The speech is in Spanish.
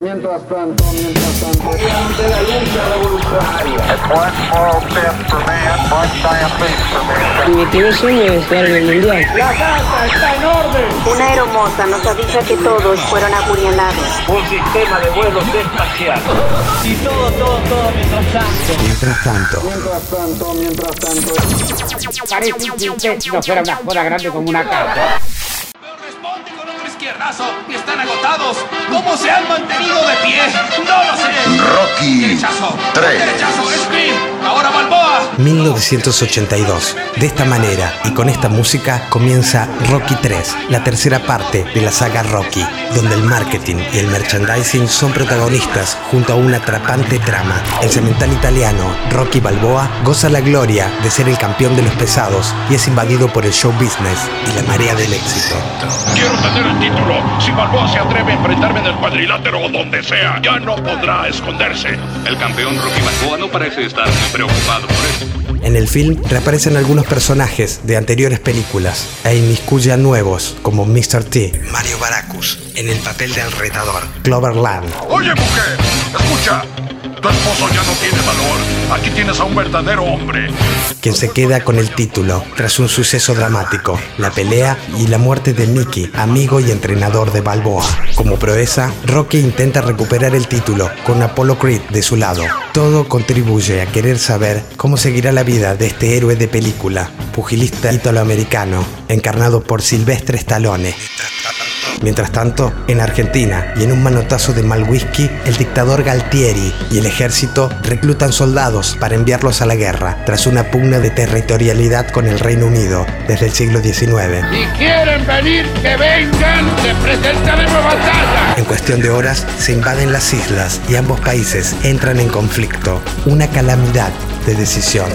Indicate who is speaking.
Speaker 1: Mientras tanto, mientras tanto, ante la lucha revolucionaria.
Speaker 2: Mi primer sueño es jugar en el mundial.
Speaker 1: La casa está en orden.
Speaker 3: Una aeromoza nos avisa que todos fueron apuñalados.
Speaker 1: Un sistema de vuelos espacial.
Speaker 4: Mientras tanto,
Speaker 1: Mientras tanto, mientras tanto.
Speaker 5: Pero responde con otro izquierdazo y están agotados. ¿Cómo se han mantenido de pie? No lo sé.
Speaker 6: Rocky
Speaker 5: Derechazo.
Speaker 6: 3.
Speaker 5: Derechazo. Scream. Ahora Balboa.
Speaker 4: 1982. De esta manera y con esta música comienza Rocky 3, la tercera parte de la saga Rocky, donde el marketing y el merchandising son protagonistas junto a una atrapante trama. El cemental italiano Rocky Balboa goza la gloria de ser el campeón de los pesados y es invadido por el show business y la marea del éxito.
Speaker 7: Quiero tener el título. Si Balboa se atreve a enfrentarme en el cuadrilátero o donde sea, ya no podrá esconderse. El campeón Rocky Balboa no parece estar muy preocupado por eso.
Speaker 4: En el film reaparecen algunos personajes de anteriores películas e inmiscuye a nuevos como Mr. T, Mario Baracus, en el papel de enredador, Clover Lang,
Speaker 7: Oye, mujer, escucha. Tu esposo ya no tiene valor. Aquí tienes a un verdadero hombre.
Speaker 4: quien se queda con el título tras un suceso dramático, la pelea y la muerte de Mickey, amigo y entrenador de Balboa. Como proeza, Rocky intenta recuperar el título con Apollo Creed de su lado. Todo contribuye a querer saber cómo seguirá la vida de este héroe de película, pugilista italoamericano, encarnado por Silvestre Stallone. Mientras tanto, en Argentina y en un manotazo de mal whisky, el dictador Galtieri y el ejército reclutan soldados para enviarlos a la guerra, tras una pugna de territorialidad con el Reino Unido desde el siglo XIX.
Speaker 5: Si quieren venir, que vengan. Les presentaremos batalla.
Speaker 4: En cuestión de horas, se invaden las islas y ambos países entran en conflicto, una calamidad de decisión.